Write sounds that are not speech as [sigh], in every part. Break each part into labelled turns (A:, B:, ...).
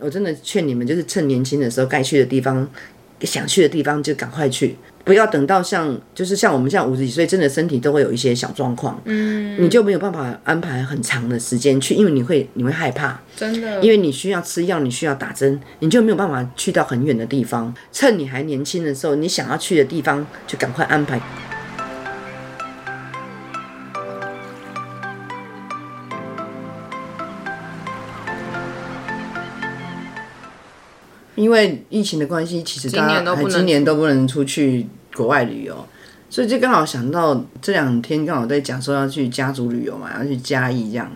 A: 我真的劝你们，就是趁年轻的时候该去的地方、想去的地方就赶快去，不要等到像就是像我们像五十几岁，真的身体都会有一些小状况，嗯，你就没有办法安排很长的时间去，因为你会你会害怕，
B: 真的，
A: 因为你需要吃药，你需要打针，你就没有办法去到很远的地方。趁你还年轻的时候，你想要去的地方就赶快安排。因为疫情的关系，其实大
B: 今
A: 家
B: 年都不
A: 还
B: 能
A: 今年都不能出去国外旅游，所以就刚好想到这两天刚好在讲说要去家族旅游嘛，要去嘉义这样，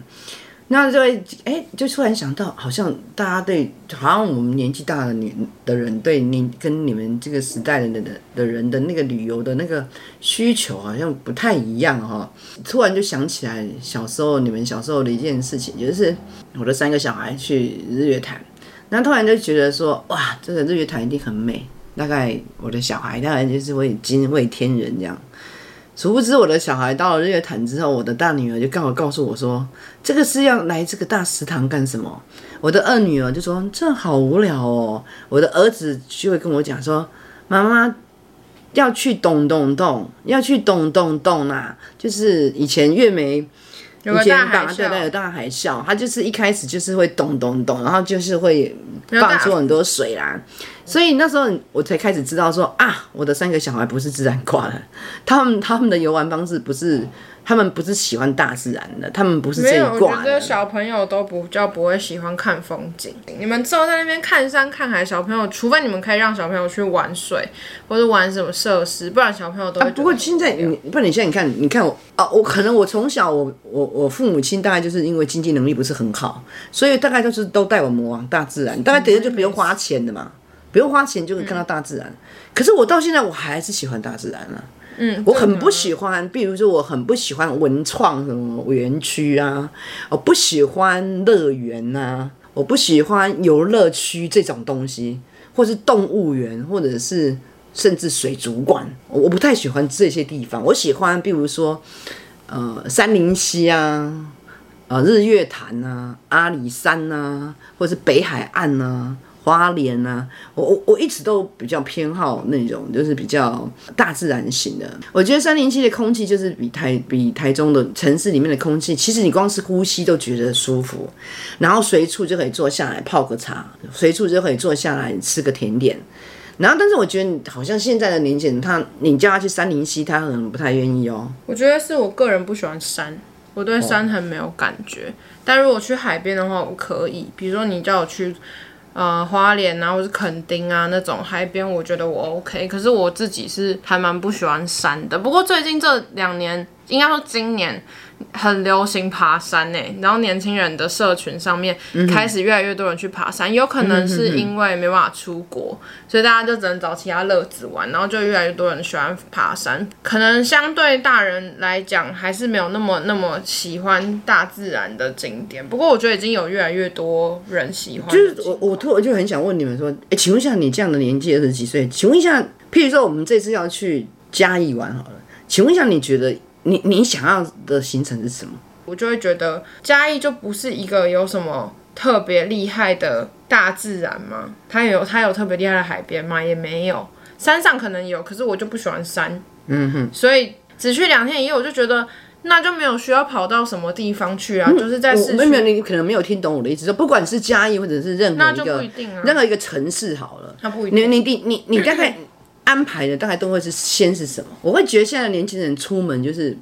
A: 那就会哎、就突然想到，好像大家对，好像我们年纪大的年的人对你跟你们这个时代的人的的人的那个旅游的那个需求好像不太一样哈、突然就想起来小时候你们小时候的一件事情，就是我的三个小孩去日月潭。然后突然就觉得说，哇，这个日月潭一定很美。大概我的小孩大概就是会惊为天人这样。殊不知我的小孩到了日月潭之后，我的大女儿就刚好告诉我说，这个是要来这个大食堂干什么？我的二女儿就说这好无聊哦。我的儿子就会跟我讲说，妈妈。要去咚咚咚，要去咚咚咚啦！就是以前月梅
B: 有个
A: 以前
B: 大海
A: 打对对有
B: 啸，
A: 大海啸，它就是一开始就是会咚咚咚，然后就是会
B: 大
A: 放出很多水啦。所以那时候我才开始知道说啊，我的三个小孩不是自然挂的， [laughs] 他们他们的游玩方式不是，他们不是喜欢大自然的，他们不是这
B: 没有，
A: 一
B: 我
A: 挂
B: 觉得
A: 的。
B: 小朋友都不叫不会喜欢看风景。你们之后在那边看山看海，小朋友，除非你们可以让小朋友去玩水或者玩什么设施，不然小朋友都会、
A: 啊不过现在你，不然你现在你看，你看我啊，我可能我从小我我我父母亲大概就是因为经济能力不是很好，所以大概就是都带我们往大自然，大概等于就不用花钱的嘛，不用花钱就可以看到大自然。可是我到现在我还是喜欢大自然啊。
B: 嗯，
A: 我很不
B: 喜。
A: 喜欢，比如说我很不喜欢文创什么园区啊，我不喜欢乐园啊，我不喜欢游乐区这种东西，或是动物园，或者是甚至水族馆，我我不太喜欢这些地方。我喜欢，比如说，呃，三林溪啊，呃，日月潭啊，阿里山啊，或是北海岸啊。花莲啊，我我我一直都比较偏好那种，就是比较大自然型的。我觉得三零七的空气就是比台比台中的城市里面的空气，其实你光是呼吸都觉得舒服，然后随处就可以坐下来泡个茶，随处就可以坐下来吃个甜点。然后，但是我觉得好像现在的年轻人，他你叫他去三零七，他可能不太愿意哦。
B: 我觉得是我个人不喜欢山，我对山很没有感觉。但如果去海边的话，我可以。比如说你叫我去呃花莲啊，或是垦丁啊那种海边，我觉得我 OK。可是我自己是还蛮不喜欢山的。不过最近这两年，应该说今年。很流行爬山呢、然后年轻人的社群上面开始越来越多人去爬山，有可能是因为没办法出国，所以大家就只能找其他乐子玩，然后就越来越多人喜欢爬山。可能相对大人来讲，还是没有那么那么喜欢大自然的景点。不过我觉得已经有越来越多人喜欢的
A: 就是
B: 景点，
A: 我我突然就很想问你们说，哎、请问一下，你这样的年纪二十几岁，请问一下，譬如说我们这次要去嘉义玩好了，请问一下，你觉得你你想要的行程是什么？
B: 我就会觉得嘉义就不是一个有什么特别厉害的大自然吗？它有它有特别厉害的海边吗？也没有，山上可能有，可是我就不喜欢山。嗯哼，所以只去两天一夜，我就觉得那就没有需要跑到什么地方去啊，就是在
A: 嗯我
B: 市
A: 没有没有，
B: 区，
A: 你可能没有听懂我的意思，说不管是嘉义或者是任何
B: 那
A: 一
B: 就
A: 个
B: 不一定啊
A: 任何一个城市好了，
B: 那不一
A: 你
B: 定。
A: 你你你你大概安排的大概都会是先是什么？我会觉得现在的年轻人出门就是，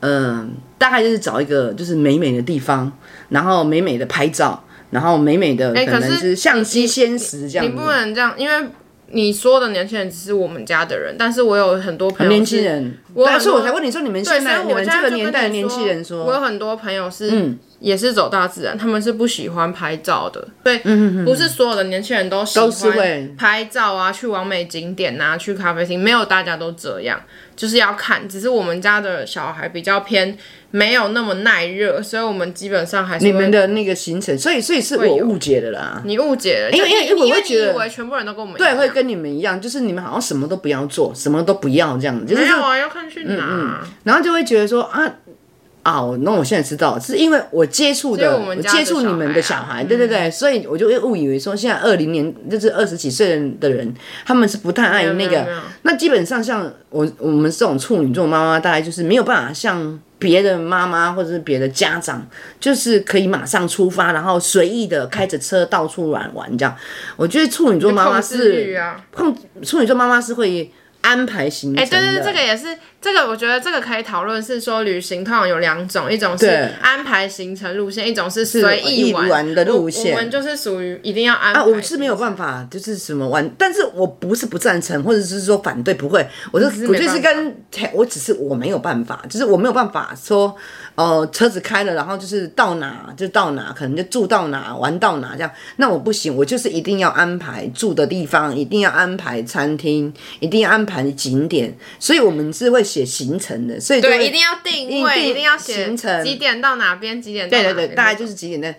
A: 嗯、大概就是找一个就是美美的地方，然后美美的拍照，然后美美的
B: 哎可
A: 可能
B: 是
A: 是相机先时这样
B: 你
A: 子。
B: 不能这样，因为你说的年轻人只是我们家的人，但是我有很多朋友
A: 年
B: 是
A: 轻人，
B: 我很
A: 但是我
B: 多
A: 才问你说你们
B: 对，
A: 现
B: 所以
A: 在你
B: 我
A: 们
B: 现
A: 这
B: 在
A: 个
B: 就
A: 年
B: 跟
A: 代的
B: 你
A: 年轻人
B: 我有
A: 说，嗯
B: 很多朋友是、也是走大自然，他们是不喜欢拍照的，所以
A: 嗯
B: 不是所有的年轻人都喜
A: 都是会
B: 欢拍照啊，去完美景点啊，去咖啡厅，没有大家都这样，就是要看。只是我们家的小孩比较偏没有那么耐热，所以我们基本上还是
A: 你
B: 会
A: 们的那个行程，所以所以是我
B: 有
A: 误解的啦。
B: 你误解了，因
A: 为因为
B: 因
A: 我会
B: 为你
A: 觉得
B: 以为全部人都跟我们
A: 对，
B: 一
A: 会
B: 样啊
A: 跟你们一样，就是你们好像什么都不
B: 啊
A: 要做，什么都不要这样，就是嗯
B: 没有啊，要看去哪。
A: 然后就会觉得说啊，啊，我那我现在知道，是因为我接触
B: 所以
A: 的，
B: 我们家的
A: 接触你们的
B: 小
A: 小
B: 孩啊
A: 孩，对对对，所以我就会误以为说，现在二零年就是二十几岁的人，他们是不太爱
B: 没
A: 那
B: 有
A: 个
B: 没有。
A: 那基本上像我我们这种处女座妈妈，大概就是没有办法像别的妈妈或者是别的家长，就是可以马上出发，然后随意的开着车到处玩玩这样。我觉得处女座妈妈
B: 控制欲
A: 是
B: 啊，
A: 碰处女座妈妈是会安排行程
B: 哎、
A: 的，
B: 对对对，这个也是，这个我觉得这个可以讨论，是说旅行通常有两种，一种是
A: 对
B: 安排行程路线，一种是随意
A: 意玩的路线
B: 我。我们就是属于一定要安排、
A: 啊，我是没有办法，就是什么玩，但是我不是不赞成，或者是说反对，不会，我就
B: 只是
A: 我
B: 没
A: 就是
B: 办
A: 跟，我只是我没有办法，就是我没有办法说，呃，车子开了，然后就是到哪就到哪，可能就住到哪，玩到哪这样，那我不行，我就是一定要安排住的地方，一定要安排餐厅，一定要安排景点，所以我们是会写行程的，所以就
B: 对，
A: 会
B: 一定要定
A: 一
B: 位，
A: 定
B: 一定要写
A: 行程
B: 几点到哪边，几点到
A: 对
B: 哪
A: 对
B: 边。
A: 对，大概就是几点那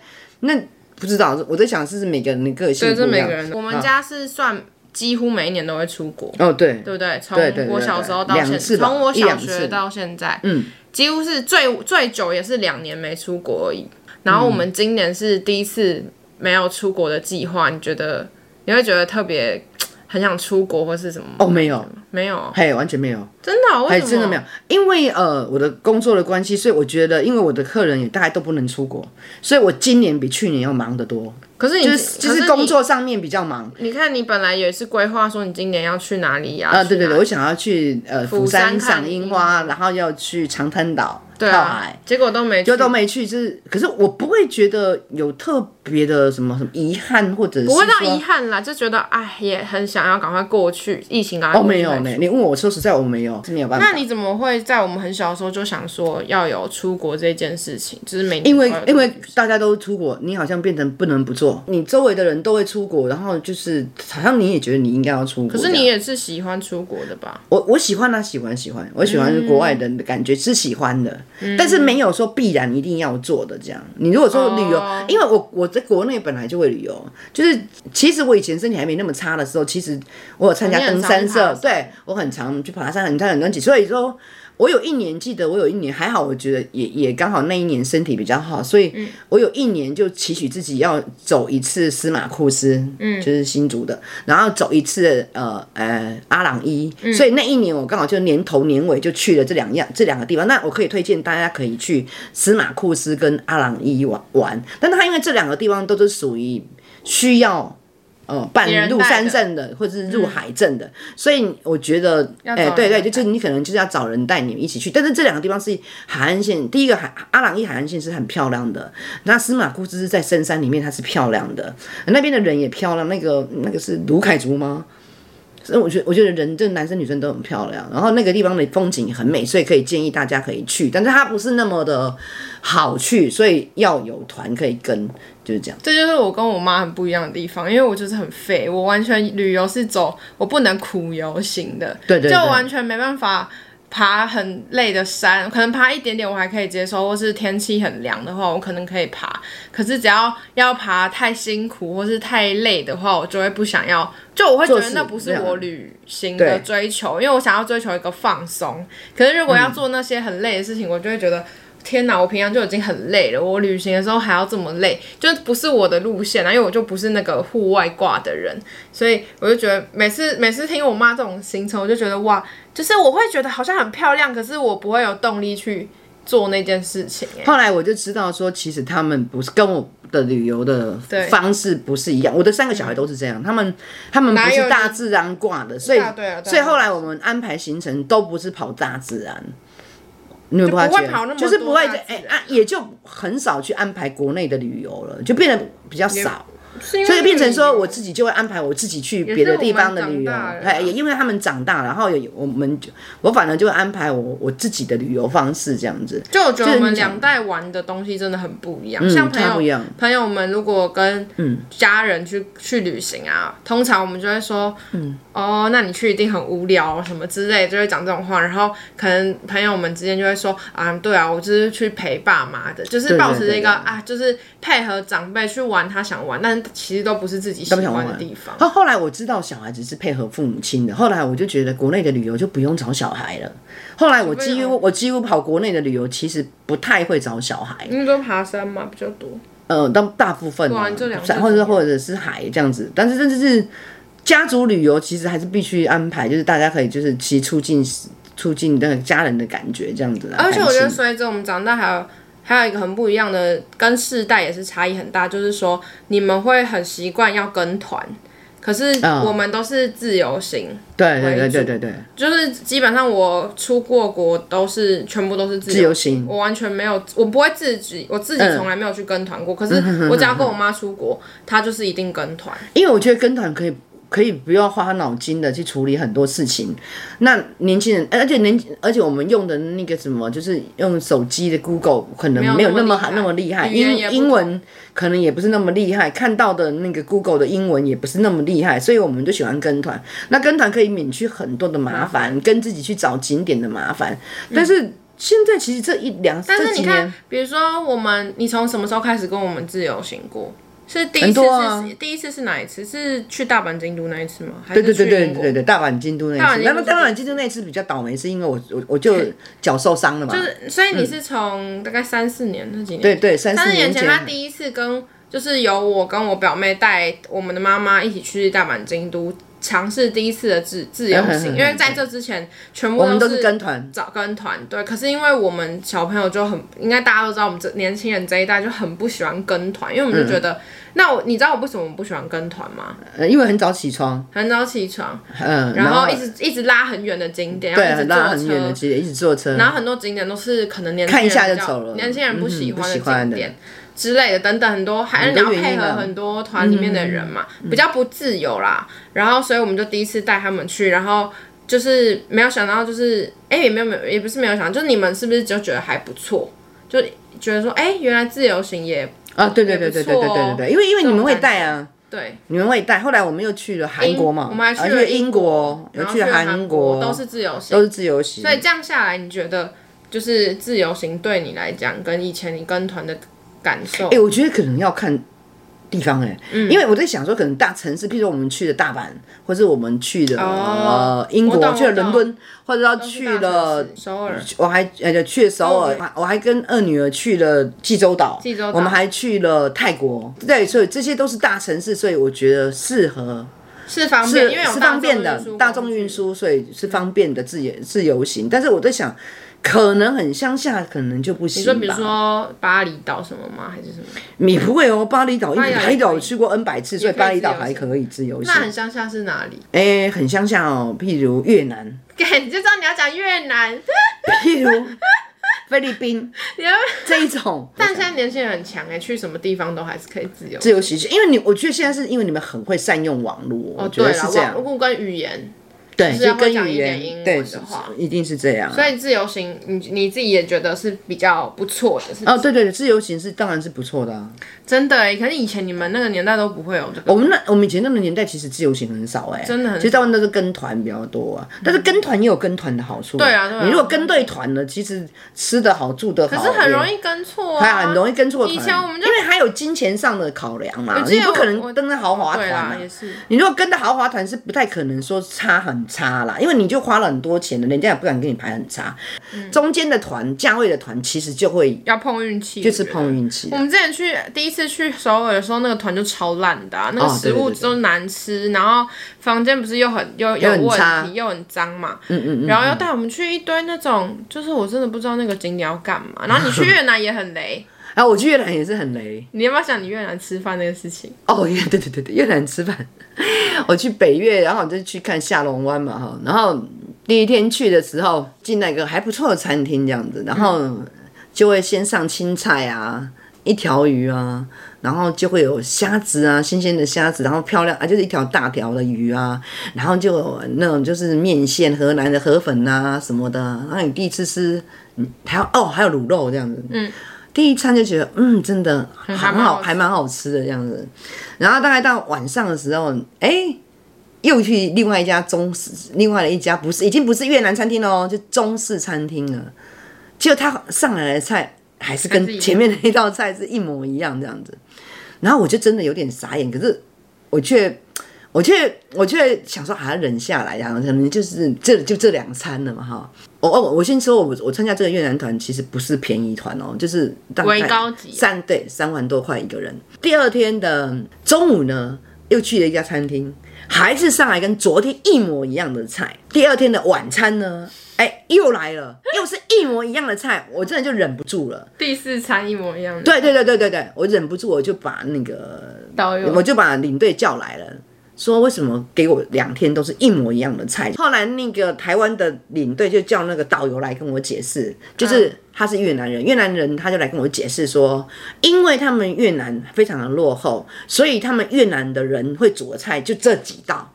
A: 那不知道，我在想是不是每个人的个性
B: 对，
A: 不
B: 这
A: 一
B: 每
A: 样
B: 个人的。我们
A: 啊
B: 家是算几乎每一年都会出国，
A: 哦对
B: 对不对？
A: 对对
B: 从我
A: 对
B: 小
A: 对
B: 时候到
A: 两
B: 现，
A: 次吧
B: 从我
A: 一
B: 小
A: 两次
B: 学到现在，嗯，几乎是最最久也是两年没出国而已。然后我
A: 嗯
B: 们今年是第一次没有出国的计划，你觉得你会觉得特别很想出国或是什么吗？
A: 哦没有。
B: 没有，啊
A: 嘿，完全没有，
B: 真的哦、为
A: 还
B: 什么？
A: 真的没有，因为呃，我的工作的关系，所以我觉得，因为我的客人也大概都不能出国，所以我今年比去年要忙得多，
B: 可是你
A: 就是就
B: 可
A: 是
B: 你
A: 工作上面比较忙。
B: 你看，你本来也是规划说你今年要去哪里呀、
A: 啊，对对
B: 去哪
A: 对，
B: 里
A: 我想要去呃釜山
B: 山看
A: 赏
B: 樱
A: 樱花，然后要去长滩岛
B: 对
A: 靠
B: 啊
A: 海，，
B: 结果都没
A: 哎
B: 去，
A: 就都没去。就是，可是我不会觉得有特别的什么什么遗憾，或者是
B: 不会到
A: 说
B: 遗憾啦，就觉得哎，也很想要赶快过去，疫情赶
A: 哦，
B: 快过去
A: 没有
B: 再
A: 呢
B: 去。。
A: 你问我说实在，我没有，是没有办法。
B: 那你怎么会在我们很小的时候就想说要有出国这件事情？就是每年
A: 因为
B: 都要有
A: 因为大家都出国，你好像变成不能不做。你周围的人都会出国，然后就是好像你也觉得你应该要出国这
B: 可
A: 样。
B: 是你也是喜欢出国的吧？
A: 我我喜欢啊，喜欢喜欢，我喜欢
B: 嗯
A: 国外的感觉是喜欢的，但是没有说必然一定要做的这样。你如果说旅游，
B: 哦
A: 因为我我在国内本来就会旅游，就是其实我以前身体还没那么差的时候，其实我有参加
B: 你很
A: 登
B: 常去
A: 山社，
B: 爬山
A: 对我很常去爬山，很常很多起，所以说。我有一年记得，我有一年还好，我觉得也也刚好那一年身体比较好，所以我有一年就期许自己要走一次司马库斯，嗯，就是新竹的，然后走一次呃呃阿朗伊，所以那一年我刚好就年头年尾就去了这两样这两个地方。那我可以推荐大家可以去司马库斯跟阿朗伊玩玩，但它因为这两个地方都是属于需要。呃，办
B: 别人
A: 入
B: 带的嗯
A: 山证的，或者是入海证的，所以我觉得，
B: 要
A: 哎、
B: 找
A: 对
B: 人
A: 对，
B: 带
A: 就是你可能就是要找人带你们一起去，但是这两个地方是海岸线，第一个海阿朗伊海岸线是很漂亮的，那司马库斯是在深山里面，它是漂亮的，那边的人也漂亮，那个那个是卢凯族吗？所以我觉得，我觉得人，就男生女生都很漂亮，然后那个地方的风景很美，所以可以建议大家可以去，但是它不是那么的好去，所以要有团可以跟，就是这样。
B: 这就是我跟我妈很不一样的地方，因为我就是很废，我完全旅游是走我不能苦游型的，
A: 对对对
B: 就完全没办法爬很累的山，可能爬一点点我还可以接受，或是天气很凉的话，我可能可以爬。可是只要要爬太辛苦或是太累的话，我就会不想要，就我会觉
A: 做
B: 得
A: 事
B: 那不是
A: 量
B: 我旅行的
A: 对
B: 追求，因为我想要追求一个放松。可是如果要
A: 嗯
B: 做那些很累的事情，我就会觉得。天哪！我平常就已经很累了，我旅行的时候还要这么累，就不是我的路线啊，因为我就不是那个户外挂的人，所以我就觉得每次每次听我妈这种行程，我就觉得哇，就是我会觉得好像很漂亮，可是我不会有动力去做那件事情、欸。
A: 后来我就知道说，其实他们不是跟我的旅游的
B: 对嗯
A: 方式不是一样。我的三个小孩都是这样，他们他们不
B: 哪有
A: 是
B: 你
A: 大自然挂的，所以
B: 对啊对啊对啊
A: 所以后来我们安排行程都不是跑大自然。你们
B: 就
A: 发
B: 不会
A: 觉
B: 跑那么
A: 就是
B: 多
A: 不会
B: 大
A: 就
B: 自
A: 哎、
B: 然
A: 啊，也就很少去安排国内的旅游了，就变得比较少。所
B: 所
A: 以变成说，我自己就会安排我自己去别的地方的旅游
B: 也是我们长大，了
A: 哎，也因为他们长大，然后有我们就我反而就会安排我我自己的旅游方式这样子。
B: 就我觉得我们
A: 就是你讲
B: 两代玩的东西真的很不一样，像朋
A: 太嗯不一
B: 友
A: 样嗯
B: 朋友们如果跟家人去、去旅行啊，通常我们就会说，嗯，哦，那你去一定很无聊什么之类，就会讲这种话。然后可能朋友们之间就会说，啊，对啊，我就是去陪爸妈的，就是
A: 对
B: 保持着一
A: 对
B: 个
A: 对
B: 啊，就是配合长辈去玩他想玩，但其实都不是自己喜欢的地方。
A: 后后来我知道小孩子是配合父母亲的，后来我就觉得国内的旅游就不用找小孩了。后来我几
B: 哦
A: 乎我几乎跑国内的旅游，其实不太会找小孩，
B: 因为都爬山嘛比较多，
A: 呃，当大部分
B: 对
A: 啊
B: 啊你就两只
A: 或者
B: 手
A: 或者是海这样子，但是甚至是家族旅游，其实还是必须安排，就是大家可以就是其实促进促进那个家人的感觉这样子啊。
B: 而且我觉得
A: 感情
B: 随着我们长大，还有还有一个很不一样的，跟世代也是差异很大，就是说你们会很习惯要跟团，可是
A: 嗯
B: 我们都是自由行，
A: 对对对
B: 为主
A: 对对对，
B: 就是基本上我出过国都是全部都是自
A: 自
B: 由
A: 由行嗯
B: 我完全没有，我不会自己，我自己从来没有去跟团过。可是我只要跟我妈出国，她就是一定跟团。
A: 因为我觉得跟团可以可以不要花脑筋的去处理很多事情。那年轻人，而且年而且我们用的那个什么，就是用手机的 Google 可能没有那么好
B: 没
A: 那
B: 有那
A: 么
B: 么
A: 厉
B: 厉
A: 害，
B: 害
A: 英
B: 语言也不
A: 英文可能也不是那么厉害，看到的那个 Google 的英文也不是那么厉害，所以我们就喜欢跟团。那跟团可以免去很多的麻
B: 嗯
A: 烦，跟自己去找景点的麻烦，但是。现在其实这一两
B: 但
A: 这
B: 是
A: 几
B: 你
A: 年
B: 看，，比如说我们，你从什么时候开始跟我们自由行过？是第一
A: 很
B: 次
A: 多
B: 是、
A: 啊
B: 第一次是哪一次？是去大阪、京都那一次吗？还
A: 对对
B: 是
A: 对
B: 去
A: 对
B: 英国
A: 对对，大阪京都那一次，
B: 大阪京
A: 那
B: 都
A: 么
B: 是
A: 大阪京都那一次比较倒霉，是因为我我我就脚受伤了嘛，
B: 就是所以你是从大概三四年那几年，
A: 嗯对对，三
B: 三
A: 四
B: 四年
A: 前
B: 前他第一次跟就是由我跟我表妹带我们的妈妈一起去大阪、京都尝试第一次的自自由
A: 嗯嗯
B: 行，
A: 嗯
B: 因为在这之前全部
A: 我们都
B: 是
A: 是跟团，
B: 找跟团对，可是因为我们小朋友就很，应该大家都知道，我们这年轻人这一代就很不喜欢跟团，因为我们就觉得，
A: 嗯
B: 那我你知道我为什么不喜欢跟团吗？
A: 呃，因为很早起床，
B: 很早起床，
A: 嗯、
B: 然
A: 后
B: 后一直一直拉很远的景点，
A: 对
B: 然后一直
A: 拉
B: 坐
A: 很远的
B: 车，
A: 其实一直坐车，
B: 然后很多景点都是可能年轻
A: 看一
B: 人
A: 下就
B: 比较
A: 走了
B: 年轻人不喜
A: 嗯不
B: 欢
A: 喜
B: 的
A: 欢
B: 景
A: 的
B: 点。之类的等等很多，还
A: 很
B: 是你
A: 多
B: 要
A: 原
B: 配
A: 因
B: 合
A: 啊嗯
B: 很多团里面的人嘛，比较不自由啦。然后，所以我们就第一次带他们去，然后就是没有想到，就是哎、也没有没有，也不是没有想到，就是你们是不是就觉得还不错，就觉得说，哎、原来自由行也
A: 啊，对对对对对对对对对，因为因为你们会
B: 这种感
A: 带啊，
B: 对，
A: 你们会带，后来我们又去了韩国嘛，
B: 英我们还
A: 啊
B: 去了
A: 英国，又
B: 然后
A: 去
B: 去
A: 了
B: 韩
A: 韩国，
B: 都是自由行，
A: 都是自由行，
B: 所以这样下来，你觉得就是自由行对你来讲，跟以前你跟团的感受
A: 哎、，我觉得可能要看地方哎、
B: 嗯
A: 因为我在想说，可能大城市，譬如说我们去的大阪，或是我们去的、
B: 哦
A: 呃英
B: 我
A: 国，
B: 懂
A: 去了
B: 我
A: 伦
B: 懂
A: 敦，或者要
B: 都是
A: 去
B: 大城
A: 了
B: 市首尔，
A: 我还呃去了首尔，我还跟二女儿去了济州岛，
B: 济州岛
A: 我们还去了泰国，对，所以这些都是大城市，所以我觉得适合
B: 是方便，
A: 是
B: 因为有
A: 是方便的
B: 大众运输工具
A: 大众运。输，所以是方便的自由自由行。但是我在想，可能很乡下，可能就不行
B: 你
A: 吧。
B: 说比如说巴厘岛什么吗？还是什么？
A: 你不会哦，巴厘岛，因为
B: 巴厘岛
A: 巴厘岛我去过 N 百次，所以
B: 也可以
A: 巴厘岛
B: 自由
A: 还
B: 行
A: 可以自由行
B: 那。很乡下是哪里？ [laughs]
A: 哎，很乡下哦，譬如越南，
B: 你就知道你要讲越南，
A: 啊譬
B: [laughs]
A: 如菲律宾
B: 你要。
A: 这一种。
B: 但现在年轻人很强哎、去什么地方都还是可以自由。
A: 自由行，因为你，我觉得现在是因为你们很会善用网络，我觉得
B: 哦对
A: 是
B: 啦
A: 这样
B: 网，络跟语言，
A: 对，
B: 是要
A: 就跟
B: 会讲
A: 语
B: 一点
A: 言
B: 英文
A: 对
B: 的话
A: 是是一定是这样啊。
B: 所以自由行你你自己也觉得是比较不错的，是
A: 哦，对对对，自由行是当然是不错的啊。
B: 真的哎、可是以前你们那个年代都不会有这个，
A: 我们那我们以前那个年代，其实自由行很少哎、
B: 真的很嗯
A: 其实大部分都是跟团比较多啊。但是跟团也有跟团的好处，对
B: 啊对啊
A: 你如果跟对团了，其实吃得好，住得好，
B: 可是很容
A: 也
B: 易跟错
A: 还
B: 啊，
A: 很容易跟错团。
B: 以前我们就
A: 因为还有金钱上的考量嘛，
B: 记
A: 你
B: 得
A: 不可
B: 我我
A: 能跟着豪华团
B: 对啦
A: 啊，。
B: 也是。
A: 你如果跟着豪华团是不太可能说差很差啦，因为你就花了很多钱了，人家也不敢给你排很差。
B: 嗯
A: 中间的团、价位的团，其实就会
B: 要碰运气，
A: 就
B: 就是
A: 碰运气
B: 我。们之前去第一次去首尔的时候，那个团就超烂的、啊，那个食
A: 哦对对
B: 物
A: 对对
B: 都难吃，然后房间不是又很又
A: 又
B: 有
A: 很
B: 问
A: 差
B: 题，又很脏嘛。嗯嗯然后又带我们去一堆那种，就是我真的不知道那个景点要干嘛。然后你去越南也很雷，
A: 然后啊我去越南也是很雷
B: 你要不要想你越南吃饭那个事情？
A: 哦，越对对对对，越南吃饭。我去北越，然后我就去看下龙湾嘛哈，然后第一天去的时候进了一个还不错的餐厅这样子，然后就会先上青菜啊，一条鱼啊，然后就会有虾子啊，新鲜的虾子，然后漂亮啊，就是一条大条的鱼啊，然后就有那种就是面线，河南的河粉啊什么的啊，然后你第一次吃，嗯，还有哦还有卤肉这样子，嗯。第一餐就觉得，嗯，真的很
B: 还蛮好
A: 好，
B: 吃
A: 还蛮好吃的这样子。然后大概到晚上的时候，哎、又去另外一家中式，另外的一家不是已经不是越南餐厅了哦，就中式餐厅了。结果他上来的菜还是
B: 还是一
A: 跟
B: 样
A: 前面那一道菜是一模一样这样子，然后我就真的有点傻眼，可是我却。我却我却想说，好、像忍下来呀、可能就是这就这两餐了嘛哈。我哦，我先说，我我参加这个越南团其实不是便宜团哦，就是大概
B: 微高级啊
A: 三对三万多块一个人。第二天的中午呢，又去了一家餐厅，还是上来跟昨天一模一样的菜。第二天的晚餐呢，哎，又来了，又是一模一样的菜，我真的就忍不住了。
B: 第四餐一模一样的，
A: 对对对对对对，我忍不住我就把那个
B: 导游
A: 我就把领队叫来了，说为什么给我两天都是一模一样的菜？后来那个台湾的领队就叫那个导游来跟我解释，就是他是越南人，越南人他就来跟我解释说，因为他们越南非常的落后，所以他们越南的人会煮的菜就这几道。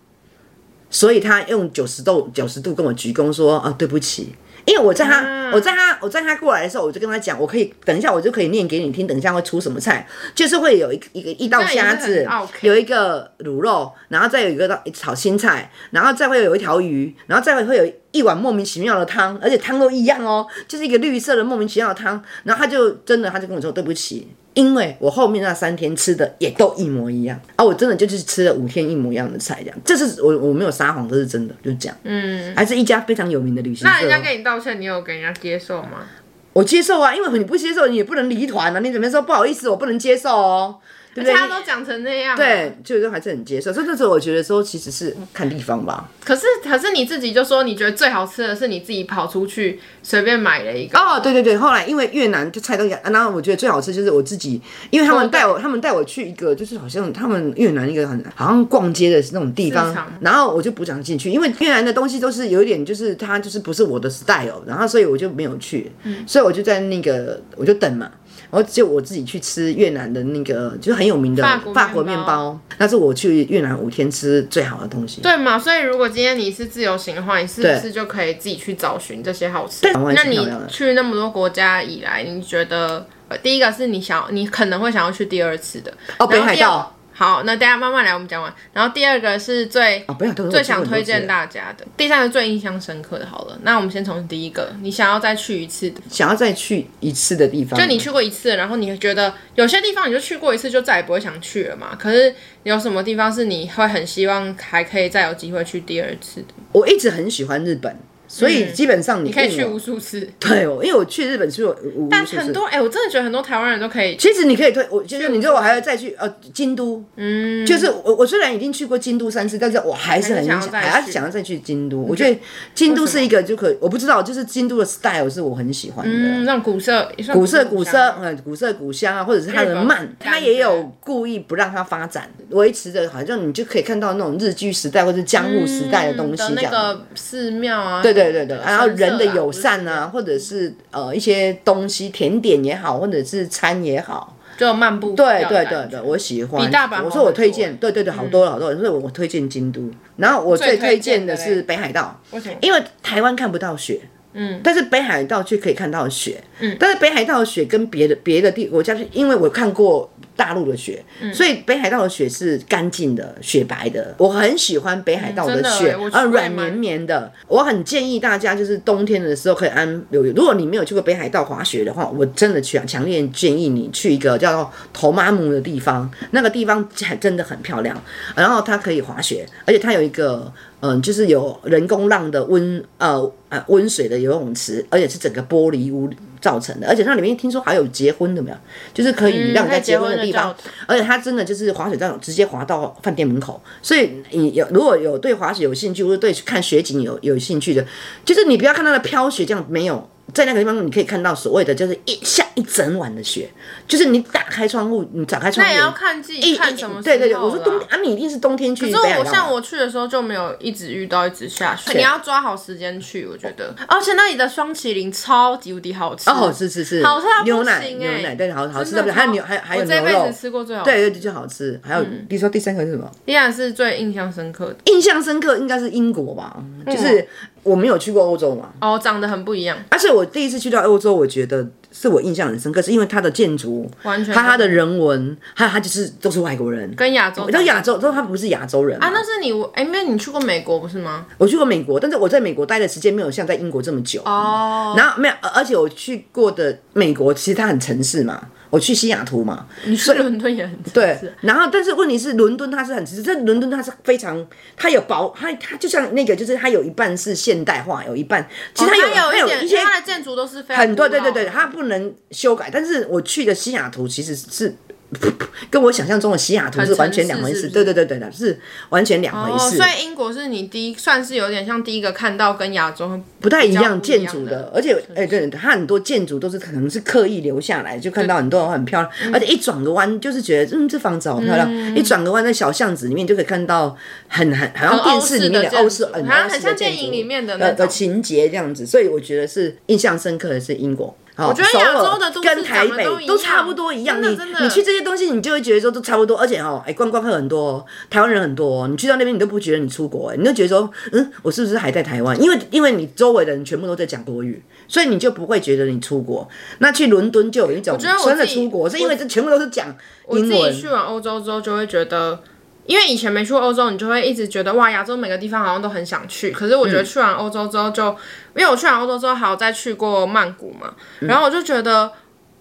A: 所以他用九十度九十度跟我鞠躬说啊，对不起，因为我在他、
B: 啊
A: 我在他我在他过来的时候，我就跟他讲，我可以等一下我就可以念给你听，等一下会出什么菜，就是会有一个一个一道虾
B: 这也
A: 子
B: 是很 OK，
A: 有一个卤肉，然后再有一个到炒青菜，然后再会有一条鱼，然后再会会有一碗莫名其妙的汤，而且汤都一样哦，就是一个绿色的莫名其妙的汤，然后他就真的他就跟我说对不起。因为我后面那三天吃的也都一模一样啊，我真的就是吃了五天一模一样的菜，这样，这是我我没有撒谎，这是真的，就是这样。
B: 嗯，
A: 还是一家非常有名的旅行社哦。
B: 那人家跟你道歉，你有给人家接受吗？
A: 我接受啊，因为你不接受，你也不能离团啊。你怎么说不好意思，我不能接受哦，对
B: 而
A: 不
B: 且
A: 对？
B: 他都讲成那样，啊
A: 对，就是说还是很接受。所以那时候我觉得说，其实是看地方吧。
B: 可是可是你自己就说你觉得最好吃的是你自己跑出去随便买了一个
A: 哦，对对对，后来因为越南就菜都一样，啊然后我觉得最好吃就是我自己，因为他们带我，他们带我去一个就是好像他们越南一个很好像逛街的那种地方
B: 市场，
A: 然后我就不想进去，因为越南的东西都是有一点就是它就是不是我的 style，然后所以我就没有去，所以我就在那个我就等嘛。然后就我自己去吃越南的那个，就是很有名的
B: 法国面包
A: 法国面包，那是我去越南五天吃最好的东西。
B: 对嘛？所以如果今天你是自由行的话，你是不
A: 对
B: 是就可以自己去找寻这些好吃的？
A: 台湾
B: 那
A: 是
B: 你
A: 漂亮的
B: 去那么多国家以来，你觉得、呃、第一个是你想你可能会想要去第二次的
A: 哦，
B: 然
A: 北
B: 后
A: 海
B: 第二
A: 道
B: 好，那大家慢慢来，我们讲完。然后第二个是最
A: 哦，北海道
B: 最想推荐
A: 的，
B: 大家的，第三个最印象深刻的。好了，那我们先从第一个，你想要再去一次的，
A: 想要再去一次的地方。
B: 就你去过一次，然后你觉得有些地方你就去过一次，就再也不会想去了嘛。可是有什么地方是你会很希望还可以再有机会去第二次的？
A: 我一直很喜欢日本，所以基本上你
B: 嗯你可以
A: 问
B: 去
A: 我
B: 无数次。
A: 对，我因为我去日本是有无无
B: 但
A: 数
B: 很
A: 次。
B: 多哎、我真的觉得很多台湾人都可以，
A: 其实你可以推我，就是你说我还要再去呃京都，嗯，就是我我虽然已经去过京都三次，但是我还是很
B: 还
A: 想
B: 是想要再
A: 还
B: 去嗯
A: 是想要再去京都。我觉得京都是一个就可我不知道，就是京都的 style 是我很喜欢的。
B: 嗯，那种古色也算
A: 古色古
B: 古香
A: 色，嗯，古色古香啊，或者是它
B: 日
A: 的
B: 本
A: 慢，
B: 感
A: 它也
B: 觉
A: 有故意不让它发展，维持着好像你就可以看到那种日剧时代或者江户时代的东西
B: 嗯的
A: 这
B: 那
A: 样。
B: 个寺庙啊，
A: 对对对对，然后
B: 神社
A: 人的
B: 啊
A: 友善啊，，或者是呃一些东西甜点也好，或者是餐也好，
B: 不是就漫步
A: 对
B: 掉的
A: 对
B: 感觉
A: 对对，我喜欢。
B: 比大阪好
A: 我说我
B: 很
A: 推
B: 多
A: 荐，对对对，好多了好多了，所以我推荐京都。然后我最
B: 最推
A: 推荐
B: 荐
A: 的
B: 的
A: 是
B: 嘞
A: 北海道，
B: 为什么？
A: 因为台湾看不到雪。嗯，但是北海道却可以看到雪。嗯，但是北海道的雪跟别的别的地国家，因为我看过大陆的雪，
B: 嗯
A: 所以北海道的雪是干净的、雪白的。我很喜欢北海道
B: 嗯真的
A: 雪
B: 欸我，去
A: 啊，
B: 过
A: 软
B: 也蛮
A: 绵绵的。我很建议大家，就是冬天的时候可以安有。如果你没有去过北海道滑雪的话，我真的强强烈建议你去一个叫做头妈姆的地方，那个地方还真的很漂亮。然后它可以滑雪，而且它有一个嗯，就是有人工浪的温呃呃温水的游泳池，而且是整个玻璃屋造成的，而且那里面听说还有结婚的没有，就是可以让人家
B: 嗯
A: 结婚的地方，
B: 可以结
A: 而且它真的就是滑雪道直接滑到饭店门口，所以你有如果有对滑雪有兴趣，或者对去看雪景有有兴趣的，就是你不要看它的飘雪这样没有。在那个地方，你可以看到所谓的就是一下一整晚的雪，就是你打开窗户，你打开窗
B: 那
A: 户
B: 也，要看季
A: 一
B: 看什么时候啦
A: 对对对，我说冬啊，你一定是冬天去北
B: 可
A: 海
B: 是
A: 道
B: 我
A: 嘛。
B: 像我去的时候就没有一直遇到一直下雪，你要抓好时间去，我觉得。而且那里的双麒麟超级无敌好吃
A: 哦，是是是，
B: 好吃到不
A: 牛奶
B: 行
A: 牛
B: 欸
A: 奶，对，好哎好吃
B: 真
A: 对不
B: 的
A: 对？还有
B: 超
A: 牛还还有
B: 我这
A: 牛
B: 辈
A: 肉
B: 子，吃过最好吃，
A: 对对，就好吃。还有你说第三个是什么？
B: 依然是最印象深刻的
A: 嗯印象深刻应该是英国吧，就是我没有去过欧洲嘛，
B: 哦，长得很不一样，
A: 而且我第一次去到欧洲，我觉得是我印象很深刻，是因为它的建筑，
B: 完全
A: 它它的人文，还有它就是都是外国人。
B: 跟亚洲
A: 我到亚洲，都他不是亚洲人嘛
B: 啊，那是你哎，没有你去过美国不是吗？
A: 我去过美国，但是我在美国待的时间没有像在英国这么久。
B: 哦，
A: 然后没有，而而且我去过的美国，其实它很城市嘛，我去西雅图嘛，
B: 你去伦敦也很
A: 对，然后但是问题是，伦敦它是很，只是伦敦它是非常，它有薄，它它就像那个，就是它有一半是现代化，有一半其实它有、
B: 哦它
A: 它
B: 有
A: 有
B: 点，
A: 一些
B: 因为它的建筑都是非常
A: 很多，对对
B: 古老
A: 对，
B: 的哦
A: 它不能修改。但是我去的西雅图其实是。 [laughs] 跟我想象中的西雅图是完全两回
B: 很城
A: 事，
B: 市是不
A: 对
B: 是
A: 对对对的，是完全两回
B: 哦，
A: 事，
B: 所以英国是你第一，算是有点像第一个看到跟亚洲
A: 不太一
B: 比较
A: 样
B: 不一
A: 建筑
B: 样
A: 的
B: 的，
A: 而且哎、对，它很多建筑都是可能是刻意留下来，就看到很多很漂亮，
B: 嗯
A: 而且一转个弯就是觉得嗯，这房子好漂亮，一转个弯在小巷子里面就可以看到很很好像
B: 很
A: 电
B: 欧
A: 视
B: 式
A: 里面
B: 的
A: 的
B: 建
A: 欧式，
B: 筑
A: 很
B: 好像
A: 欧式
B: 很像
A: 的建
B: 电影
A: 筑
B: 里面的那
A: 的的
B: 种
A: 情节这样子，所以我觉得是印象深刻的是英国。我
B: 觉得亚洲的都是
A: 跟台
B: 长得
A: 北
B: 都一
A: 都
B: 样
A: 差不多一样，
B: 真的
A: 你
B: 真的
A: 你去这些东西，你就会觉得说都差不多，而且哦，哎，观光客很多、哦，台湾人很多、哦，你去到那边你都不觉得你出国、哎，你就觉得说，嗯，我是不是还在台湾？因为因为你周围的人全部都在讲国语，所以你就不会觉得你出国。那去伦敦就有一种
B: 觉得我
A: 真的
B: 自己
A: 出国，是因为这全部都是讲英
B: 自
A: 文
B: 己，去完欧洲之后，就会觉得，因为以前没去过欧洲，你就会一直觉得哇，亚洲每个地方好像都很想去。可是我觉
A: 嗯
B: 得去完欧洲之后就，因为我去完欧洲之后还有再去过曼谷嘛，然后我就觉得。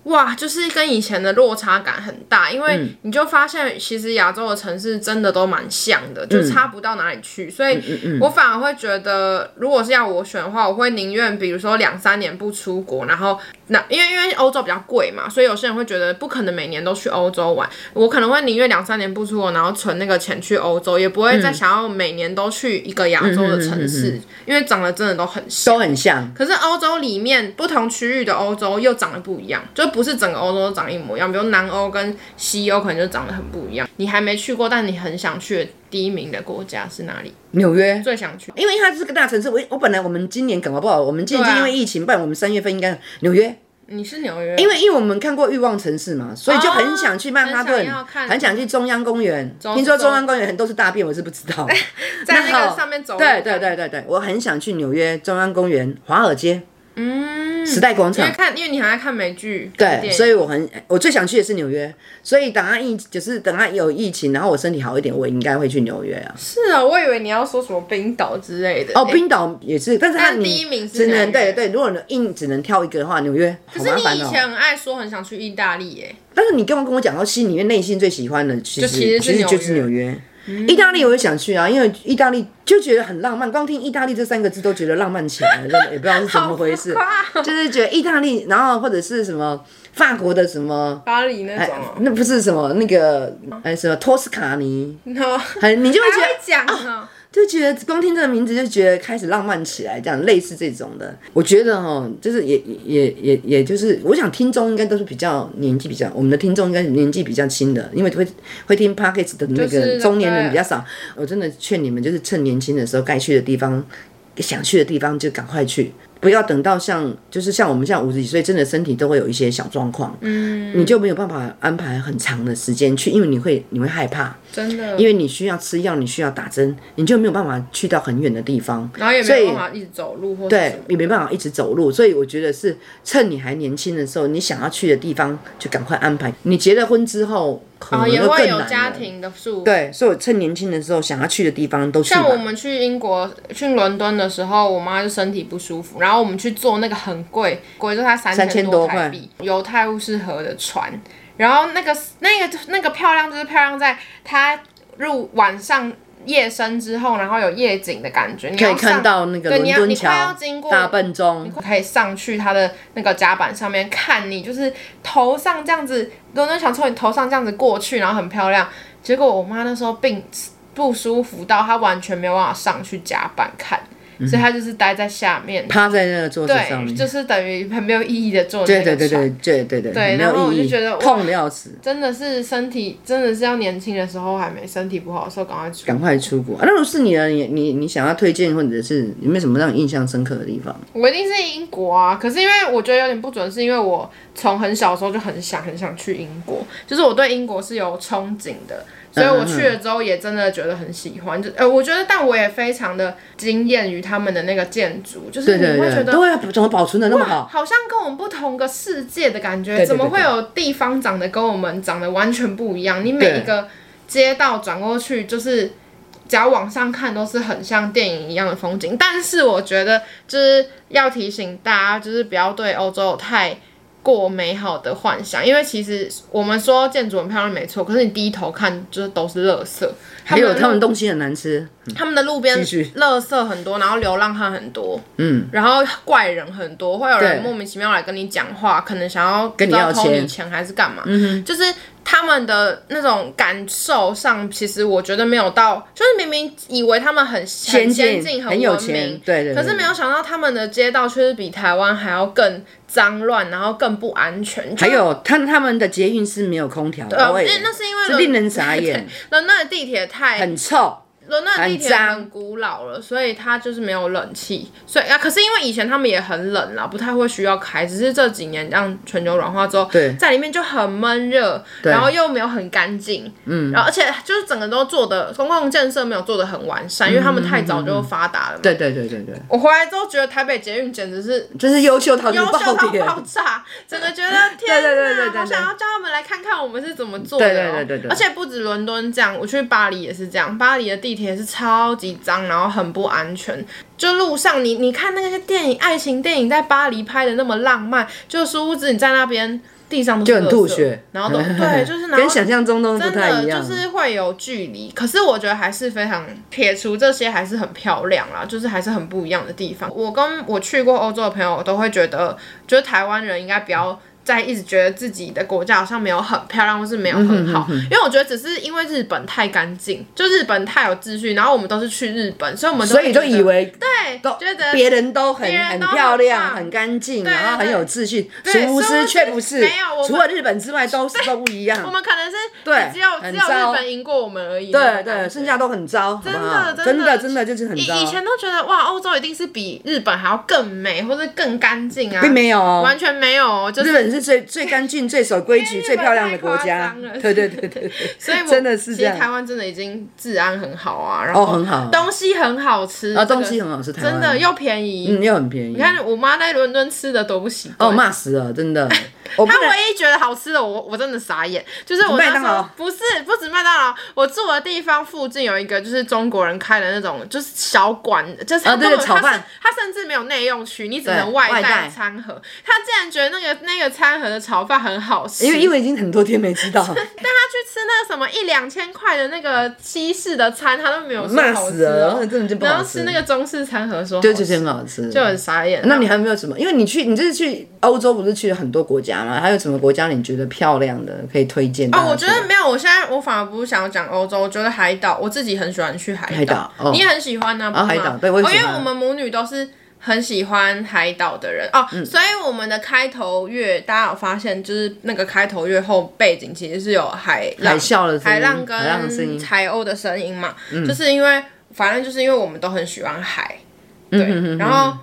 B: 哇，就是跟以前的落差感很大，因为你就发现其实亚洲的城市真的都蛮像的，就差不到哪里去。所以我反而会觉得，如果是要我选的话，我会宁愿比如说两三年不出国，然后那因为因为欧洲比较贵嘛，所以有些人会觉得不可能每年都去欧洲玩。我可能会宁愿两三年不出国，然后存那个钱去欧洲，也不会再想要每年都去一个亚洲的城市，因为长得真的都很像。
A: 都很像。
B: 可是欧洲里面不同区域的欧洲又长得不一样，就不是整个欧洲都长一模一样。比如南欧跟西欧可能就长得很不一样。你还没去过，但你很想去的第一名的国家是哪里？
A: 纽约。
B: 最想去？
A: 因为它是个大城市，我我本来我们今年搞不好，我们今年
B: 对啊
A: 因为疫情，不然我们三月份应该纽约，
B: 你是纽约？
A: 因为因为我们看过《欲望城市》嘛，所以就很想去曼哈顿，
B: 哦很想要看
A: 很想去中央公园。听说中央公园很多是大便，我是不知道。
B: [laughs] 在那
A: 然
B: 个
A: 后
B: 上面走路
A: 对对对对对，我很想去纽约中央公园、华尔街、嗯、时代广
B: 因
A: 场
B: 为。看，因为你还在看美剧，看
A: 对，
B: 电影
A: 所以我很我最想去的是纽约，所以等他疫就是等他有疫情，然后我身体好一点，我应该会去纽约啊。
B: 是啊，我以为你要说什么冰岛之类的。
A: 哦，冰岛也是，但是他
B: 但
A: 你
B: 第一名是
A: 只能
B: 纽约
A: 对对，如果你硬只能挑一个的话，纽约好麻
B: 可是
A: 烦
B: 你以
A: 哦。
B: 前很爱说很想去意大利耶，
A: 但是你刚刚跟我讲到，心里面内心最喜欢的，其实
B: 就其实是纽约
A: 就是纽约。意大利我也想去啊，因为意大利就觉得很浪漫，光听意大利这三个字都觉得浪漫起来了，真的也不知道是怎么回事
B: [laughs] 好浮夸，
A: 就是觉得意大利，然后或者是什么法国的什么，
B: 巴黎那
A: 哎
B: 种哦，
A: 那不是什么那个哎什么托斯卡尼，
B: 然后
A: 哎你就会觉
B: 还
A: 得啊
B: 会讲哦呢。
A: 就觉得光听这个名字就觉得开始浪漫起来，这样类似这种的，我觉得哦，就是也也也也就是，我想听众应该都是比较年纪比较，我们的听众应该年纪比较轻的，因为会会听 p o c k e t 的那
B: 就是大
A: 个
B: 概
A: 中年人比较少。我真的劝你们，就是趁年轻的时候该去的地方，想去的地方就赶快去。不要等到像，就是像我们像五十几岁，真的身体都会有一些小状况，嗯，你就没有办法安排很长的时间去，因为你会你会害怕，
B: 真的，
A: 因为你需要吃药，你需要打针，你就没有办法去到很远的地方，
B: 然后也
A: 所
B: 没
A: 以
B: 有办法一直走路或者什
A: 对
B: 么，
A: 也没办法一直走路。所以我觉得是趁你还年轻的时候，你想要去的地方就赶快安排。你结了婚之后，可
B: 然后
A: 能
B: 啊也
A: 就
B: 会
A: 更
B: 有
A: 难
B: 家
A: 了。
B: 庭的束缚。
A: 对，所以我趁年轻的时候想要去的地方都去
B: 像我
A: 吧。
B: 们去英国、去伦敦的时候，我妈就身体不舒服，然后我们去坐那个很贵，贵就它三
A: 3000多
B: 多
A: 块
B: 台币，犹太巫师河的船。然后那个那个那个漂亮就是漂亮在它入晚上夜深之后，然后有夜景的感觉，你
A: 可以
B: 要
A: 哎看
B: 上
A: 到那个
B: 对
A: 伦
B: 你要
A: 敦
B: 你快要
A: 桥
B: 经、过
A: 大笨钟，
B: 可以上去它的那个甲板上面看你，就是头上这样子，伦敦想从你头上这样子过去，然后很漂亮。结果我妈那时候病不舒服到她完全没有办法上去甲板看，所以她就是待在下面，
A: 趴在那个桌子嗯上
B: 对，
A: 面。
B: 就是等于很没有意义的坐
A: 对
B: 那
A: 对
B: 个
A: 对
B: 船。
A: 对对对对，
B: 对
A: 没
B: 然后
A: 有
B: 我
A: 意
B: 就
A: 义
B: 觉得，哇
A: 痛的要死。
B: 真的是身体，真的是要年轻的时候还没身体不好的时候赶快出。
A: 赶快出国。啊、那如果是你呢？你你你想要推荐或者是有没有什么让你印象深刻的地方？
B: 我一定是英国啊，可是因为我觉得有点不准，是因为我从很小的时候就很想很想去英国，就是我对英国是有憧憬的，所以我去了之后也真的觉得很喜欢。就呃，我觉得，但我也非常的惊艳于他们的那个建筑，就是
A: 对
B: 你
A: 对
B: 会觉
A: 对，
B: 得
A: 都会怎么保存的那么好？
B: 好像跟我们不同个世界的感觉，
A: 哦对对
B: 怎么会
A: 对
B: 有地方长得跟我们长得完全不一样？你每一个街道转过去，就是只要往上看，都是很像电影一样的风景。但是我觉得，就是要提醒大家，就是不要对欧洲有太。过美好的幻想，因为其实我们说建筑很漂亮没错，可是你低头看就是都是垃圾，
A: 还有
B: 的啊
A: 他们东西很难吃，
B: 他们的路边
A: 继续
B: 垃圾很多，然后流浪汉很多，嗯，然后怪人很多，会有
A: 对
B: 人莫名其妙来跟你讲话，可能想要
A: 跟你要
B: 不知道偷
A: 钱嗯
B: 你钱还是干嘛，就是他们的那种感受上，其实我觉得没有到，就是明明以为他们很很先
A: 进
B: 进、
A: 很有
B: 文
A: 钱
B: 明，，
A: 对对。
B: 可是
A: 对
B: 没有想到他们的街道却是比台湾还要更脏乱，然后更不安全，就
A: 还有他他们的捷运是没有空调的，
B: 呃，
A: 我也
B: 那那是因为
A: 这令人傻眼，
B: [laughs] 伦敦的地铁太
A: 很臭。
B: 伦敦的地
A: 很
B: 铁
A: 脏
B: 很古老了，所以它就是没有冷气，所以啊，可是因为以前他们也很冷啦，不太会需要开，只是这几年让全球软化之后，
A: 对
B: 在里面就很闷热，然后又没有很干净，嗯，然后而且就是整个都做的公共建设没有做的很完善，因为他们太早就发达了嘛。
A: 对对对对对，
B: 我回来之后觉得台北捷运简直是
A: 就是优秀到
B: 优
A: 就
B: 秀
A: 爆
B: 到
A: 点。
B: 爆炸，整个觉得
A: [laughs] 对
B: 天
A: 对对对
B: 哪，
A: 对
B: 好想要叫他们来看看我们是怎么做的哦。
A: 对对对对对
B: 而且不止伦敦这样，我去巴黎也是这样，巴黎的地铁是超级脏，然后很不安全。就路上你你看那些电影，爱情电影在巴黎拍的那么浪漫，就殊不知你在那边地上都是
A: 就很吐
B: 垃圾
A: 血
B: 然
A: [laughs]
B: 后都对，就是然后
A: 跟想象中都不
B: 真
A: 太
B: 的
A: 一样，
B: 就是会有距离，可是我觉得还是非常撇除这些，还是很漂亮啦，就是还是很不一样的地方。我跟我去过欧洲的朋友都会觉得，就是台湾人应该不要。再一直觉得自己的国家好像没有很漂亮，或是没有
A: 嗯
B: 很好，因为我觉得只是因为日本太干净，就日本太有秩序，然后我们都是去日本，所以我们都
A: 所以就
B: 会觉得
A: 以为
B: 对，
A: 都
B: 觉得
A: 别人都很
B: 别人
A: 很
B: 都很
A: 漂亮、
B: 棒
A: 很干净，
B: 对
A: 然后很
B: 对
A: 有秩序，
B: 对
A: 殊不
B: 殊不
A: 知
B: 知
A: 却不是
B: 没有我。们
A: 除了日本之外，都是都不一
B: 我
A: 样。
B: 们可能是
A: 对
B: 只有
A: 很
B: 只有
A: 糟
B: 日本赢过我们而已啊那
A: 对
B: 种感觉，
A: 对，剩下都很糟，好不
B: 真的
A: 好？
B: 真的
A: 真的真的就是很
B: 以
A: 糟，
B: 以前都觉得哇，欧洲一定是比日本还要更美，或者更干净啊，
A: 并没有哦。
B: 完全没有哦，就
A: 日
B: 是
A: 本是最最干净、最守规矩、
B: 因为日本
A: 最漂亮的国
B: [laughs] 太
A: 家
B: 夸张。了
A: 对对对对，
B: 所以
A: [laughs]
B: 我
A: 真的是这样
B: 其实台湾真的已经治安很好啊，然后
A: 哦，很好
B: 东西很好吃
A: 啊，
B: 这个
A: 东西很好吃，台湾
B: 真的又便宜。
A: 嗯又很便宜。
B: 你看我妈在伦敦吃的都不习
A: 哦，
B: 惯。
A: 骂死了，真
B: [laughs]
A: 的。我不
B: 她
A: 能
B: 唯一觉得好吃的，我我真的傻眼，就是我
A: 麦
B: 那
A: 当
B: 时候
A: 劳
B: 不是不止麦当劳，我住的地方附近有一个就是中国人开的那种就是小馆，就是
A: 啊
B: 他
A: 对
B: 根本
A: 炒
B: 他
A: 饭
B: 甚他甚至没有内用区，你只
A: 对
B: 能外
A: 外
B: 带
A: 带
B: 餐盒。他竟然觉得那个那个餐盒的炒饭很好吃，
A: 因为因为已经很多天没
B: [laughs]
A: 吃到，
B: 他去吃那个什么一两千块的那个西式的餐，他都没有说
A: 骂
B: 好
A: 死
B: 吃
A: 了，
B: 哦、
A: 真的就不
B: 然
A: 好
B: 后
A: 吃
B: 吃那。个中式餐盒说好
A: 对，
B: 吃，
A: 就是很好吃，
B: 就很傻眼。
A: 那你还有没有什么？因为你去，你这次去欧洲不是去了很多国家吗？还有什么国家你觉得漂亮的可以推荐？
B: 哦，我觉得没有，我现在我反而不是想要讲欧洲，我觉得海岛，我自己很喜欢去海岛，
A: 海岛哦
B: 你也很喜欢呢、不是吗
A: 海岛对我也
B: 哦，因
A: 喜
B: 为
A: 欢
B: 我们母女都是。很喜欢海岛的人哦，
A: 嗯
B: 所以我们的开头乐，大家有发现，就是那个开头乐后背景其实是有海浪、
A: 海啸的声音
B: 海浪
A: 海浪的声
B: 跟
A: 音嗯
B: 海鸥的声音嘛，就是因为反正就是因为我们都很喜欢海，
A: 嗯
B: 对，然后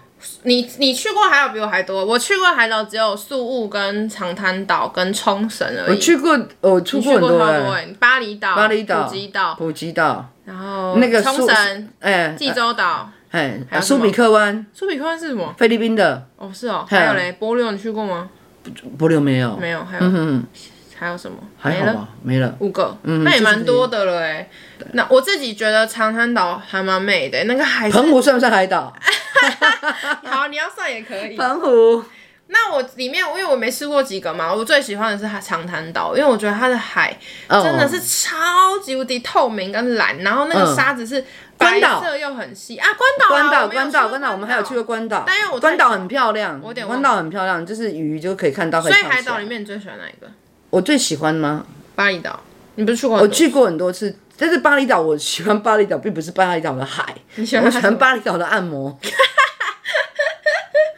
B: 你你去过海岛比我还多，我去过海岛只有宿务跟长滩岛跟冲绳而
A: 我
B: 已，
A: 去过，我去
B: 去
A: 过很
B: 过
A: 多
B: 超多
A: 欸，
B: 欸，巴厘岛、
A: 巴
B: 巴
A: 厘岛、
B: 普吉岛，
A: 普吉岛，
B: 然后
A: 那个
B: 冲
A: 苏
B: 绳、
A: 哎，
B: 济州岛、
A: 哎，
B: 有
A: 啊
B: 什么
A: 苏比克湾，
B: 苏比克湾是什么？
A: 菲律宾的，
B: 哦，是哦，
A: 嘿
B: 还有嘞，波六你去过吗？
A: 波流没有，
B: 没有，还有
A: 嗯，
B: 还有什么？没
A: 还好
B: 了。
A: 吧，嗯没了。
B: 五个，那也蛮多的了哎。那我自己觉得长滩岛还蛮美的，那个海是
A: 澎湖算不算海岛？
B: [laughs] 好，你要算也可以。
A: 澎湖，
B: 那我里面，因为我没吃过几个嘛，我最喜欢的是它长滩岛，因为我觉得它的海
A: 哦
B: 真的是超级无敌透明跟蓝，然后那个
A: 嗯
B: 沙子是白
A: 关岛
B: 色又很细啊。关岛啊，
A: 关岛，
B: 我没有
A: 关岛，
B: 过
A: 关岛，我们还有去过关岛，
B: 但因为我太
A: 关岛
B: 小
A: 很漂亮，
B: 点忘
A: 关岛很漂亮，就是鱼就可以看到，所
B: 所以海岛里面你最喜欢哪一个？
A: 我最喜欢吗？
B: 巴厘岛，你不是去过？
A: 我，去过很多次，但是巴厘岛我喜欢巴厘岛，并不是巴厘岛的海，
B: 你喜欢
A: 我
B: 它
A: 喜
B: 什
A: 欢
B: 么？
A: 巴厘岛的按摩。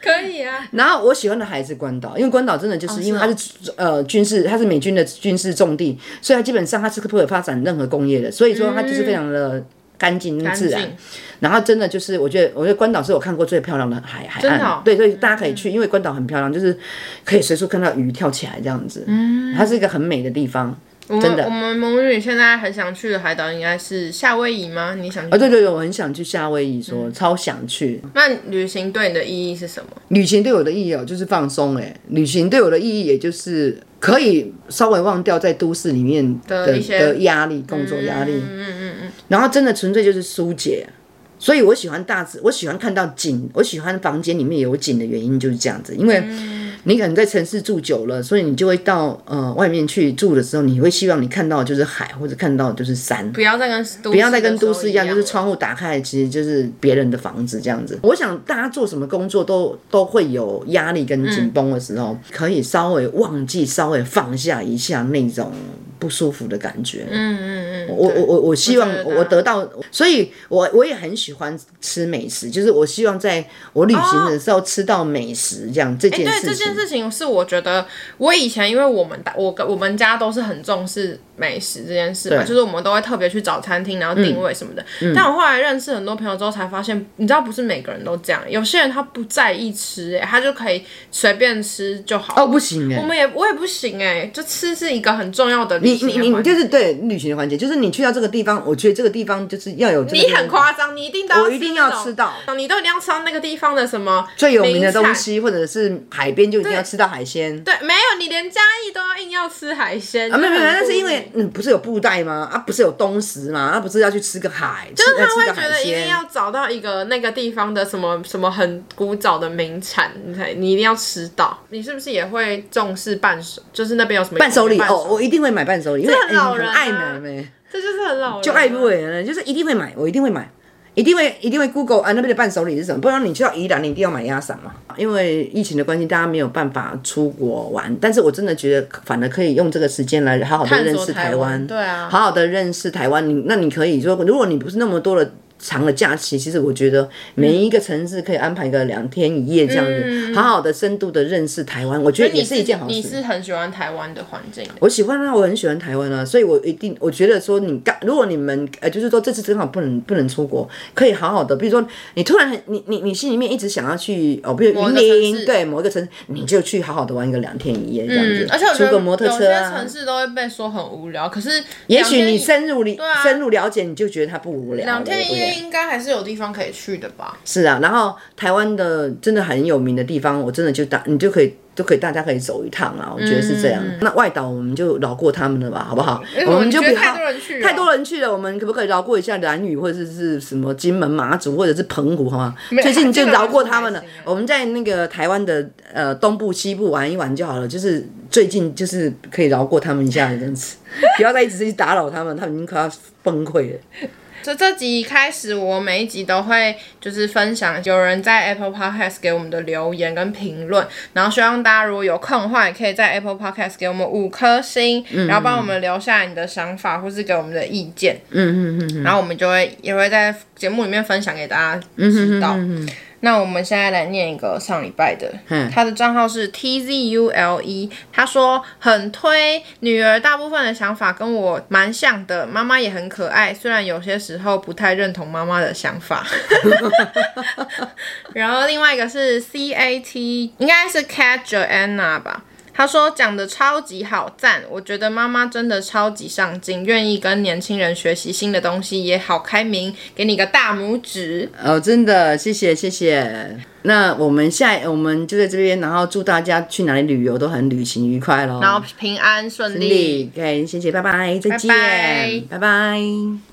B: 可以啊，
A: 然后我喜欢的海是关岛，因为关岛真的
B: 哦
A: 就是因为它是、呃军事，它是美军的军事重地，所以它基本上它是不会发展任何工业的，所以说它就是非常的干净
B: 干
A: 自然。
B: 净。
A: 然后真的就是，我觉得，我觉得关岛是我看过最漂亮的海海
B: 真
A: 岸，
B: 的哦
A: 对，所以大家可以去，因为关岛很漂亮，就是可以随处看到鱼跳起来这样子，嗯，它是一个很美的地方。
B: 我们
A: 真的
B: 我们母女现在很想去的海岛应该是夏威夷吗？你想去？
A: 啊，对对对，我很想去夏威夷
B: 嗯
A: 说，超想去，
B: 那旅行对你的意义是什么？
A: 旅行对我的意义哦，就是放松哎、旅行对我的意义，也就是可以稍微忘掉在都市里面
B: 的
A: 的
B: 一些
A: 的压力、工作压力，嗯嗯嗯，然后真的纯粹就是疏解。所以我喜欢大自，我喜欢看到景，我喜欢房间里面有景的原因就是这样子，因为你可能在城市住久了，所以你就会到呃外面去住的时候，你会希望你看到的就是海或者看到的就是山。
B: 不要再跟不
A: 不要再跟都市
B: 一
A: 一样，就是
B: 了
A: 窗户打开，其实就是别人的房子这样子。我想大家做什么工作都都会有压力跟紧绷的时候，
B: 嗯
A: 可以稍微忘记、稍微放下一下那种不舒服的感觉。
B: 嗯嗯嗯，
A: 我我
B: 对
A: 我我希望
B: 我觉得啊
A: 我得到，所以我我也很喜欢吃美食，就是我希望在我旅行的时候吃到美食，这样、这件
B: 哎对这
A: 事情
B: 件。事情是我觉得，我以前因为我们大我跟我们家都是很重视美食这件事嘛，
A: 对嗯
B: 就是我们都会特别去找餐厅，然后定位什么的。但我后来认识很多朋友之后，才发现，你知道不是每个人都这样，有些人他不在意吃、欸，他就可以随便吃就好。
A: 哦，不行哎、
B: 我们也我也不行哎、就吃是一个很重要的
A: 你
B: 旅行的啊
A: 你你
B: 环
A: 就是对旅行的环节，就是你去到这个地方，我觉得这个地方就是要有这个地
B: 你
A: 方
B: 很夸张，你一定都要
A: 我一定要
B: 那种
A: 吃到，
B: 你都一定要吃到那个地方的什么
A: 最有名的
B: 名
A: 东
B: 产
A: 西，或者是海边就一定要吃到海鲜。
B: 对，没有，你连嘉义都要硬要吃海鲜
A: 啊，没有没有，
B: 很
A: 那是因
B: 故
A: 为
B: 意
A: 嗯，不是有布袋吗？啊，不是有东石吗？啊，不是要去吃个海，
B: 就
A: 吃
B: 是
A: 要
B: 他
A: 吃
B: 会
A: 个
B: 觉
A: 海
B: 得一定
A: 鲜。
B: 要找到一个那个地方的什么什么很古早的名产，你才你一定要吃到。你是不是也会重视伴手？就是那边有什么
A: 伴手礼哦，我
B: 礼
A: 一定会买伴手礼，因为
B: 这很老
A: 嗯
B: 人啊
A: 爱买呗，
B: 这就是很老人啊
A: 就爱不为人了，就是一定会买，我一定会买。一定会一定会 Google 啊那边的伴手礼是什么？不然你去到宜兰，你一定要买鸭嗓嘛。因为疫情的关系，大家没有办法出国玩，但是我真的觉得反而可以用这个时间来好好的
B: 探
A: 认
B: 索
A: 识
B: 台
A: 台湾。
B: 对啊，
A: 好好的认识台湾，你那你可以说，如果你不是那么多的长的假期，其实我觉得每一个城市可以安排个两天一夜这样子，好好的深度的认识台湾，我觉得也是一件好
B: 嗯你
A: 事。
B: 是很喜欢台湾的环境的。
A: 我喜欢啊，我很喜欢台湾啊，所以我一定我觉得说你刚，如果你们呃，就是说这次正好不能不能出国，可以好好的，比如说你突然很你你你心里面一直想要去哦，比如
B: 某
A: 云
B: 一个城
A: 林
B: 市
A: 对某一个城市，你就去好好的玩个两天一夜这样子，
B: 嗯而且我觉
A: 出
B: 得
A: 个摩托
B: 有
A: 车
B: 些
A: 啊
B: 城。市都会被说很无聊，可是
A: 也许你
B: 两天
A: 深入理、
B: 啊
A: 深入了解，你就觉得它不无聊了。
B: 两
A: 对
B: 天
A: 不
B: 一
A: 对
B: 夜应该还是有地方可以去的吧？
A: 是啊，然后台湾的真的很有名的地方，我真的就大你就可以都可以大家可以走一趟啊，我觉得是这样。
B: 嗯
A: 那外岛我们就饶过他们了吧，好不好？我们就不
B: 觉得
A: 要
B: 太多人去了，
A: 太多人去了，我们可不可以饶过一下兰屿或者是什么金门、马祖或者是澎湖，好吗？
B: 有
A: 最近就饶过他们了
B: 这个我是不开心。的
A: 我们在那个台湾的呃东部、西部玩一玩就好了，就是最近就是可以饶过他们一下这样子， [laughs] 不要再一直去打扰他们，他们已经快要崩溃了。
B: 这这集开始，我每一集都会就是分享有人在 Apple Podcast 给我们的留言跟评论，然后希望大家如果有空的话，也可以在 Apple Podcast 给我们五颗星，
A: 嗯
B: 然后帮我们留下你的想法或是给我们的意见，
A: 嗯嗯嗯
B: 然后我们就会也会在节目里面分享给大家知道。那我们现在来念一个上礼拜的，
A: 嗯
B: 他的账号是 T Z U L E，他说很推女儿，大部分的想法跟我蛮像的，妈妈也很可爱，虽然有些时候不太认同妈妈的想法。然后另外一个是 C A T，应该是 Cat Joanna 吧。他说讲的超级好赞，我觉得妈妈真的超级上进，愿意跟年轻人学习新的东西，也好开明，给你个大拇指。
A: 哦，真的，谢谢谢谢。那我们下一我们就在这边，然后祝大家去哪里旅游都很旅行愉快喽，
B: 然后平安顺利
A: 顺利，OK，谢谢，拜拜，再见，
B: 拜
A: 拜拜